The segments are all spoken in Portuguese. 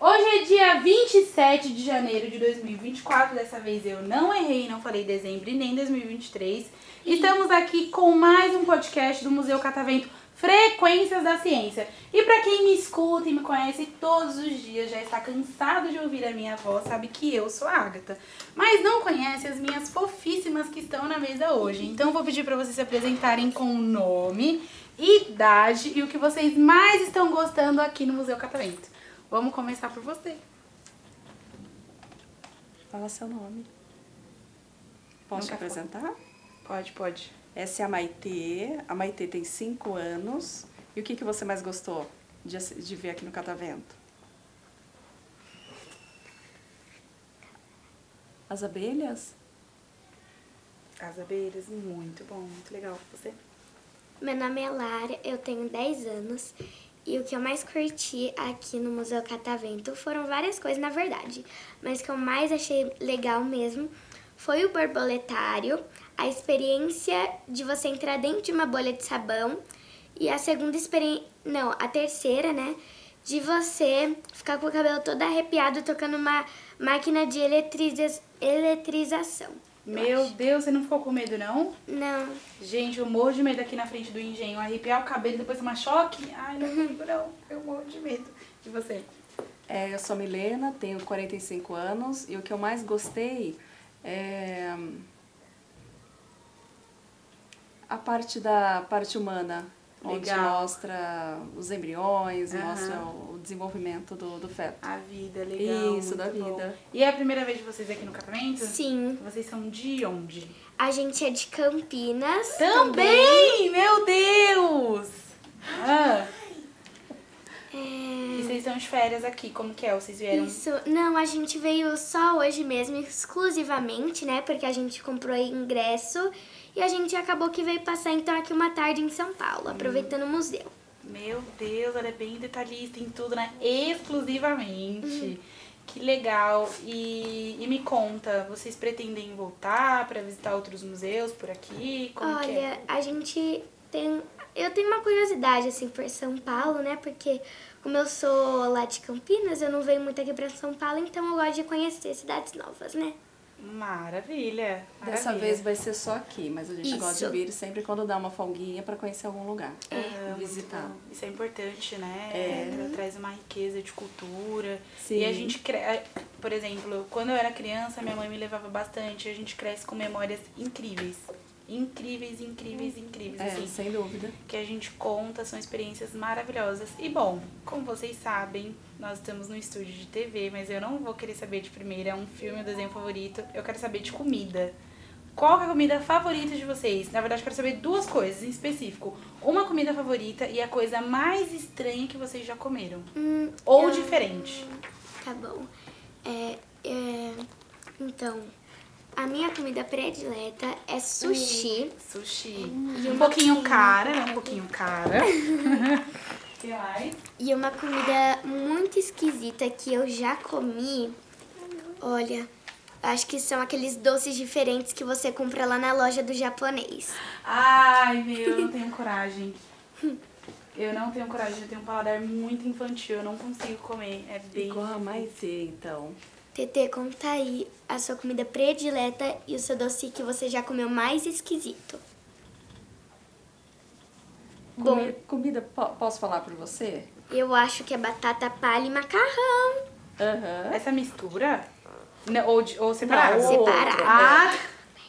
Hoje é dia 27 de janeiro de 2024. Dessa vez eu não errei, não falei dezembro e nem 2023. Estamos aqui com mais um podcast do Museu Catavento Frequências da Ciência. E pra quem me escuta e me conhece todos os dias, já está cansado de ouvir a minha voz, sabe que eu sou a Agatha. Mas não conhece as minhas fofíssimas que estão na mesa hoje. Então eu vou pedir pra vocês se apresentarem com o nome, idade e o que vocês mais estão gostando aqui no Museu Catavento. Vamos começar por você. Fala seu nome. Posso te Nunca foi. apresentar? Pode, pode. Essa é a Maitê. A Maitê tem 5 anos. E o que, que você mais gostou de, assi- de ver aqui no Catavento? As abelhas? As abelhas, muito bom, muito legal. Você? Meu nome é Lara, eu tenho 10 anos e o que eu mais curti aqui no Museu Catavento foram várias coisas, na verdade, mas o que eu mais achei legal mesmo foi o borboletário, a experiência de você entrar dentro de uma bolha de sabão e a segunda experiência, não, a terceira, né, de você ficar com o cabelo todo arrepiado tocando uma máquina de eletriza- eletrização. Meu Deus, você não ficou com medo, não? Não, Gente, eu morro de medo aqui na frente do engenho. Arrepiar o cabelo e depois tomar choque. Ai, não consigo, não. Eu morro de medo. E você? É, eu sou a Milena, tenho 45 anos. E o que eu mais gostei é. A parte da parte humana, onde Legal. mostra os embriões, Aham. mostra o desenvolvimento do, do feto. A vida, é legal. Isso, da muito bom. vida. E é a primeira vez de vocês aqui no casamento? sim. Vocês são de onde? A gente é de Campinas. Também! Meu Deus! Ah. É. E vocês estão de férias aqui, como que é? Vocês vieram? Isso. Não, a gente veio só hoje mesmo, exclusivamente, né? Porque a gente comprou ingresso e a gente acabou que veio passar então aqui uma tarde em São Paulo, aproveitando o museu. Meu Deus, ela é bem detalhista em tudo, né? Uhum. Exclusivamente. Que legal. E, e me conta, vocês pretendem voltar pra visitar outros museus por aqui? Como que é? Olha, a gente tem. Eu tenho uma curiosidade, assim, por São Paulo, né? Porque, como eu sou lá de Campinas, eu não venho muito aqui pra São Paulo, então eu gosto de conhecer cidades novas, né? Maravilha. Dessa maravilha. vez vai ser só aqui, mas a gente Isso. gosta de vir sempre quando dá uma folguinha pra conhecer algum lugar. Ah, visitar. É. muito bom. Isso é importante, né? Ela traz uma riqueza de cultura. Sim. E a gente cresce. Por exemplo, quando eu era criança, minha mãe me levava bastante. A gente cresce com memórias incríveis. Incríveis, incríveis, incríveis. É, assim. sem dúvida. que a gente conta, são experiências maravilhosas. E bom, como vocês sabem, nós estamos no estúdio de TV, mas eu não vou querer saber de primeira um filme ou desenho favorito, eu quero saber de comida. Qual que é a comida favorita de vocês? Na verdade, eu quero saber duas coisas em específico. Uma comida favorita e a coisa mais estranha que vocês já comeram. ou diferente. Tá bom. É, é, então, a minha comida predileta é sushi. Hum. Sushi. um pouquinho cara, né? Um pouquinho cara. que mais? E é uma comida muito esquisita que eu já comi. Olha, acho que são aqueles doces diferentes que você compra lá na loja do japonês. Ai, meu, eu não tenho coragem. Eu não tenho coragem, eu tenho um paladar muito infantil, eu não consigo comer. É bem. Igual a Maitê, então. Tetê, conta aí a sua comida predileta e o seu doce que você já comeu mais esquisito. Bom. Comi- comida, po- posso falar pra você? Eu acho que é batata palha e macarrão. Aham. Essa mistura? Não, ou, de- ou separada? Não, é separada. Ah,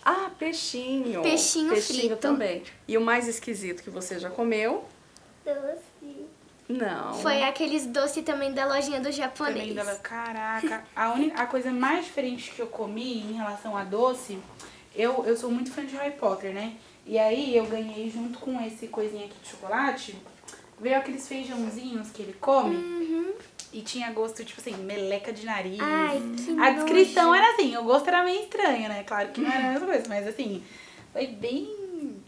Ah, peixinho. Peixinho frito. também. E o mais esquisito que você já comeu? Doce. Não. Foi aqueles doces também da lojinha do japonês. também dela. Caraca, a, única, a coisa mais diferente que eu comi em relação a doce, eu, eu sou muito fã de Harry Potter, né? E aí eu ganhei junto com esse coisinha aqui de chocolate, veio aqueles feijãozinhos que ele come. E tinha gosto, tipo assim, meleca de nariz. Uhum. Ai, que A nojo. descrição era assim, o gosto era meio estranho, né? Claro que não era a mesma coisa, mas assim, foi bem ruim,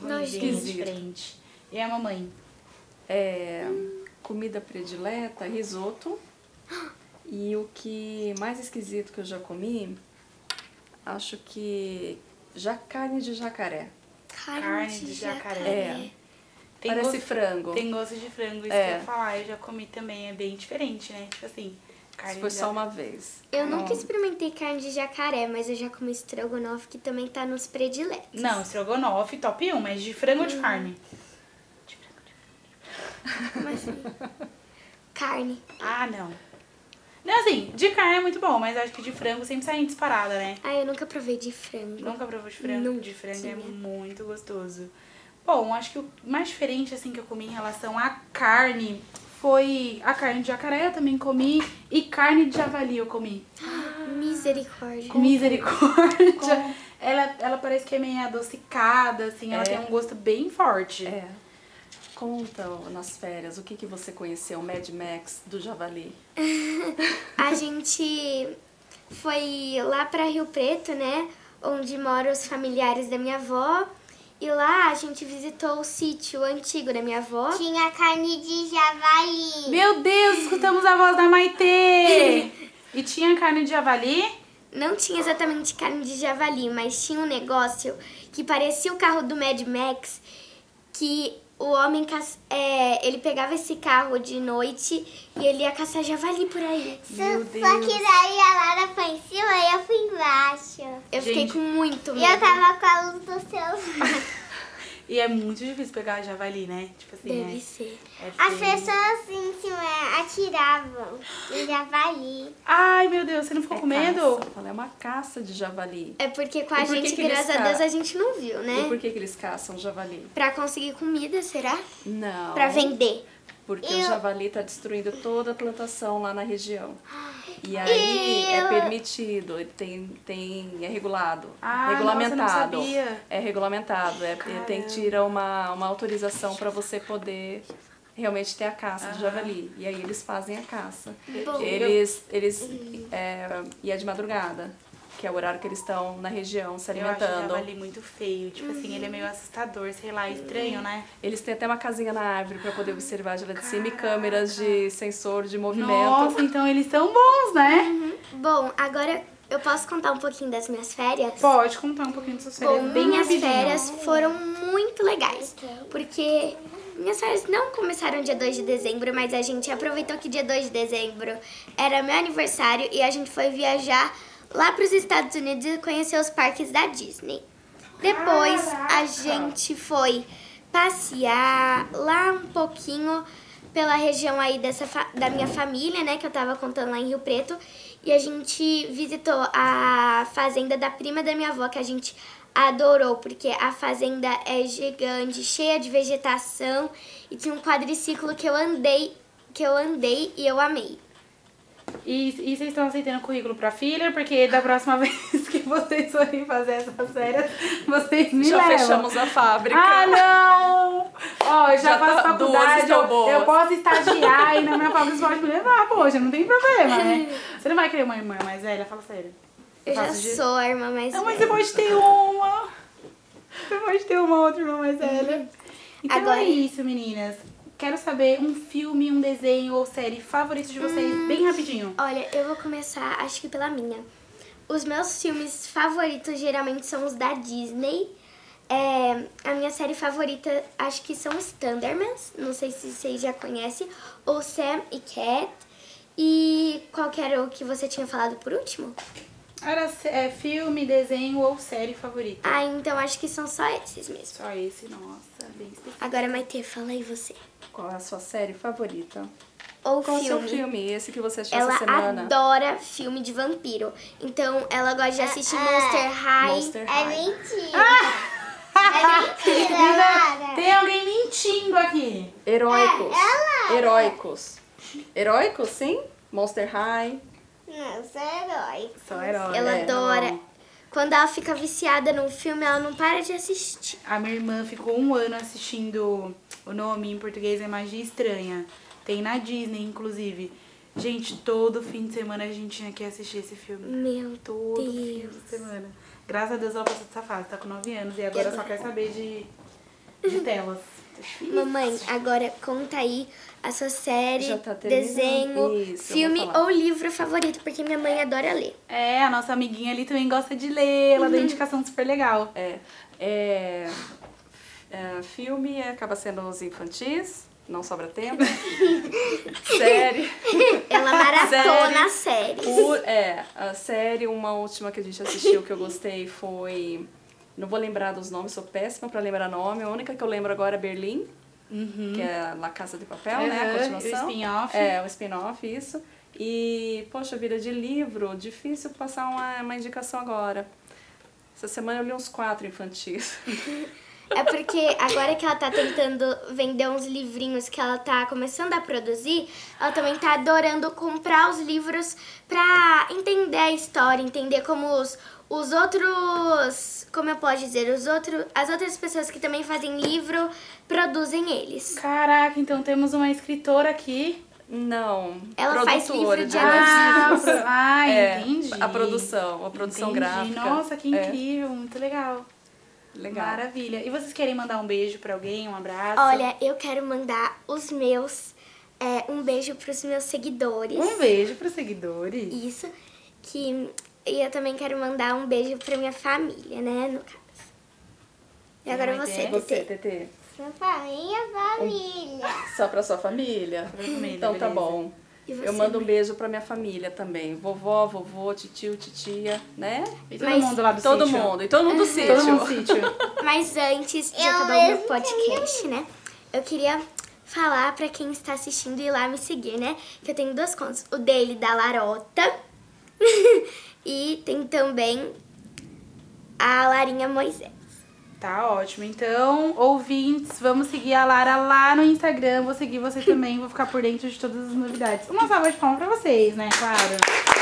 Nojento. bem diferente. E a mamãe? É, comida predileta, risoto. E o que mais esquisito que eu já comi Acho que já carne de jacaré. Carne, Carne de de jacaré. jacaré. É. Tem Parece gosto- frango. Tem gosto de frango, isso É. que eu ia falar. Eu já comi também, é bem diferente, né? Tipo assim, carne Se foi de só jacaré. uma vez. Eu nunca experimentei carne de jacaré, mas eu já comi estrogonofe, que também tá nos prediletos. Não, estrogonofe, top 1, mas de frango ou de carne? De frango, de Como assim? carne. Ah, não. Não, assim, de carne é muito bom, mas acho que de frango sempre sai em disparada, né? Ah, eu nunca provei de frango. Nunca provou de frango? Nunca De frango é tinha. muito gostoso. Bom, acho que o mais diferente, assim, que eu comi em relação à carne foi a carne de jacaré, eu também comi, e carne de javali eu comi. Misericórdia. Misericórdia! Ela, ela parece que é meio adocicada, assim, ela É. tem um gosto bem forte. É. Conta ó, nas férias o que, que você conheceu, Mad Max do Javali. A gente foi lá pra Rio Preto, né? Onde moram os familiares da minha avó. E lá a gente visitou o sítio antigo da minha avó. Tinha carne de javali. Meu Deus, escutamos a voz da Maitê! e tinha carne de javali? Não tinha exatamente carne de javali, mas tinha um negócio que parecia o carro do Mad Max, que o homem caç- é, ele pegava esse carro de noite e ele ia caçar javali por aí. Só só que daí a Lara foi em cima e eu fui embaixo. Eu fiquei Gente. com muito E medo. eu tava com a luz do celular. E é muito difícil pegar javali, né? Tipo assim, Deve é- ser. é As bem- pessoas em cima atiravam no javali. Ai, meu Deus, você não ficou É com medo? caça. Eu falei, é uma caça de javali. É porque com a E por que gente, que eles graças a ca- Deus, a gente não viu, E por né? que, que eles caçam javali? Pra conseguir comida, será? Tá Não. Pra vender. Porque o Eu- javali tá destruindo toda a plantação lá na região. E aí é permitido, ele tem, tem, é regulado, Ah, regulamentado. nossa, eu não sabia. É regulamentado, é, Caramba. tem tira uma, uma autorização para você poder realmente ter a caça de javali. E aí eles fazem a caça. Bom. Hum. Eles, eles é, e é de madrugada, que é o horário que eles estão na região se Eu acho é o alimentando. javali muito feio. Tipo assim, ele é meio assustador, sei lá, é estranho, né? Eles têm até uma casinha na árvore para poder observar de lá de cima e câmeras de sensor de Uhum. movimento. Uhum. Nossa, então eles são bons, né? Bom, agora eu posso contar um pouquinho das minhas férias? Pode contar um pouquinho de suas férias. Bom, bem minhas rapidinho. férias foram muito legais, porque minhas férias não começaram dia 2 de dezembro, mas a gente aproveitou que dia 2 de dezembro era meu aniversário e a gente foi viajar lá para os Estados Unidos e conhecer os parques da Disney. Depois a gente foi passear lá um pouquinho pela região aí dessa fa- da minha família, né, que eu tava contando lá em Rio Preto, e a gente visitou a fazenda da prima da minha avó que a gente adorou, porque a fazenda é gigante, cheia de vegetação e tinha um quadriciclo que eu andei, que eu andei e eu amei. E, e vocês estão aceitando currículo pra filha? Porque da próxima vez que vocês forem fazer essas férias, vocês me Já levam. fechamos a fábrica. Ah, não! Ó, eu já, Já faço tá- duas faculdade, estão eu, boas. eu posso estagiar e na minha fábrica você pode me levar, poxa, não tem problema, né? Você não vai querer uma irmã mais velha? Fala sério. Eu já Faço de- sou a irmã mais Não, mas é. velha. você pode ter uma. Você pode ter uma outra irmã mais Uhum. velha. Então Agora- é isso, meninas. Quero saber um filme, um desenho ou série favorito de vocês, bem rapidinho. Olha, eu vou começar, acho que pela minha. Os meus filmes favoritos geralmente são os da Disney. É, a minha série favorita acho que são os Thundermans, não sei se vocês já conhecem, ou Sam e Cat. E qual que era o que você tinha falado por último? Era se- é, filme, desenho ou série favorita. Ah, então acho que são só esses mesmo. Só esse, nossa, bem específico. Agora, Maite, fala aí você. Qual é a sua série favorita? Ou Qual é o seu filme. filme? Esse que você assistiu Ela essa semana? adora filme de vampiro. Então, ela gosta de assistir Monster High. Monster É High. mentira. É mentira, Lara. Tem alguém mentindo aqui. Heróicos. É, ela- Heróicos. Heróicos, sim? Monster High. É, Não, sou herói. Só herói. Ela né? adora. Não. Quando ela fica viciada num filme, ela não para de assistir. A minha irmã ficou um ano assistindo. O nome em português é Magia Estranha. Tem na Disney, inclusive. Gente, todo fim de semana a gente tinha que assistir esse filme. Meu Todo fim Deus. de semana. Graças a Deus ela passou dessa fase, tá com 9 anos e agora agora? só quer saber de, de telas. Finitas, finitas. Mamãe, agora conta aí a sua série, Já tá terminando. desenho, Isso, eu filme vou falar. ou livro favorito, porque minha mãe adora ler. É, a nossa amiguinha ali também gosta de ler, ela deu indicação super legal. É, é, é, filme acaba sendo os infantis, não sobra tempo. série, Ela maratona a série. o- é, a série, uma última que a gente assistiu que eu gostei foi. Não vou lembrar dos nomes, sou péssima pra lembrar nome. A única que eu lembro agora é Berlim, que é La Casa de Papel, né? A Uhum. Aham, continuação. o spin-off. É, o spin-off, isso. E, poxa vida, de livro, difícil passar uma, uma indicação agora. Essa semana eu li uns quatro infantis. É porque agora que ela tá tentando vender uns livrinhos que ela tá começando a produzir, ela também tá adorando comprar os livros pra entender a história, entender como os, os outros, como eu posso dizer, os outros, as outras pessoas que também fazem livro produzem eles. Caraca, então temos uma escritora aqui. Não. Ela faz livro de né? Ah, livros. pro- ah, É, entendi. A produção, a produção Entendi. gráfica. Nossa, que É, incrível, muito legal. legal. Maravilha. E vocês querem mandar um beijo pra alguém, um abraço? Olha, eu quero mandar os meus, é, um beijo pros meus seguidores. Um beijo pros seguidores. Isso, que e eu também quero mandar um beijo pra minha família, né, no caso. E agora mãe você, dela? Você, Tetê. TT. Só pra minha família. Só pra sua família? pra família, então tá beleza. bom. E você, Eu mando um mãe? beijo pra minha família também. Vovó, vovô, titio, titia, né? E todo Mas mundo lá do Todo sítio? mundo. E todo mundo do sítio. Todo mundo do sítio. Mas antes de Eu acabar o meu mesmo podcast, né, eu queria falar pra quem está assistindo ir lá me seguir, né, que eu tenho duas contas, o dele da Larota e tem também a Larinha Moisés. Tá ótimo. Então, ouvintes, vamos seguir a Lara lá no Instagram. Vou seguir vocês também, vou ficar por dentro de todas as novidades. Uma salva de palmas pra vocês, né? Claro.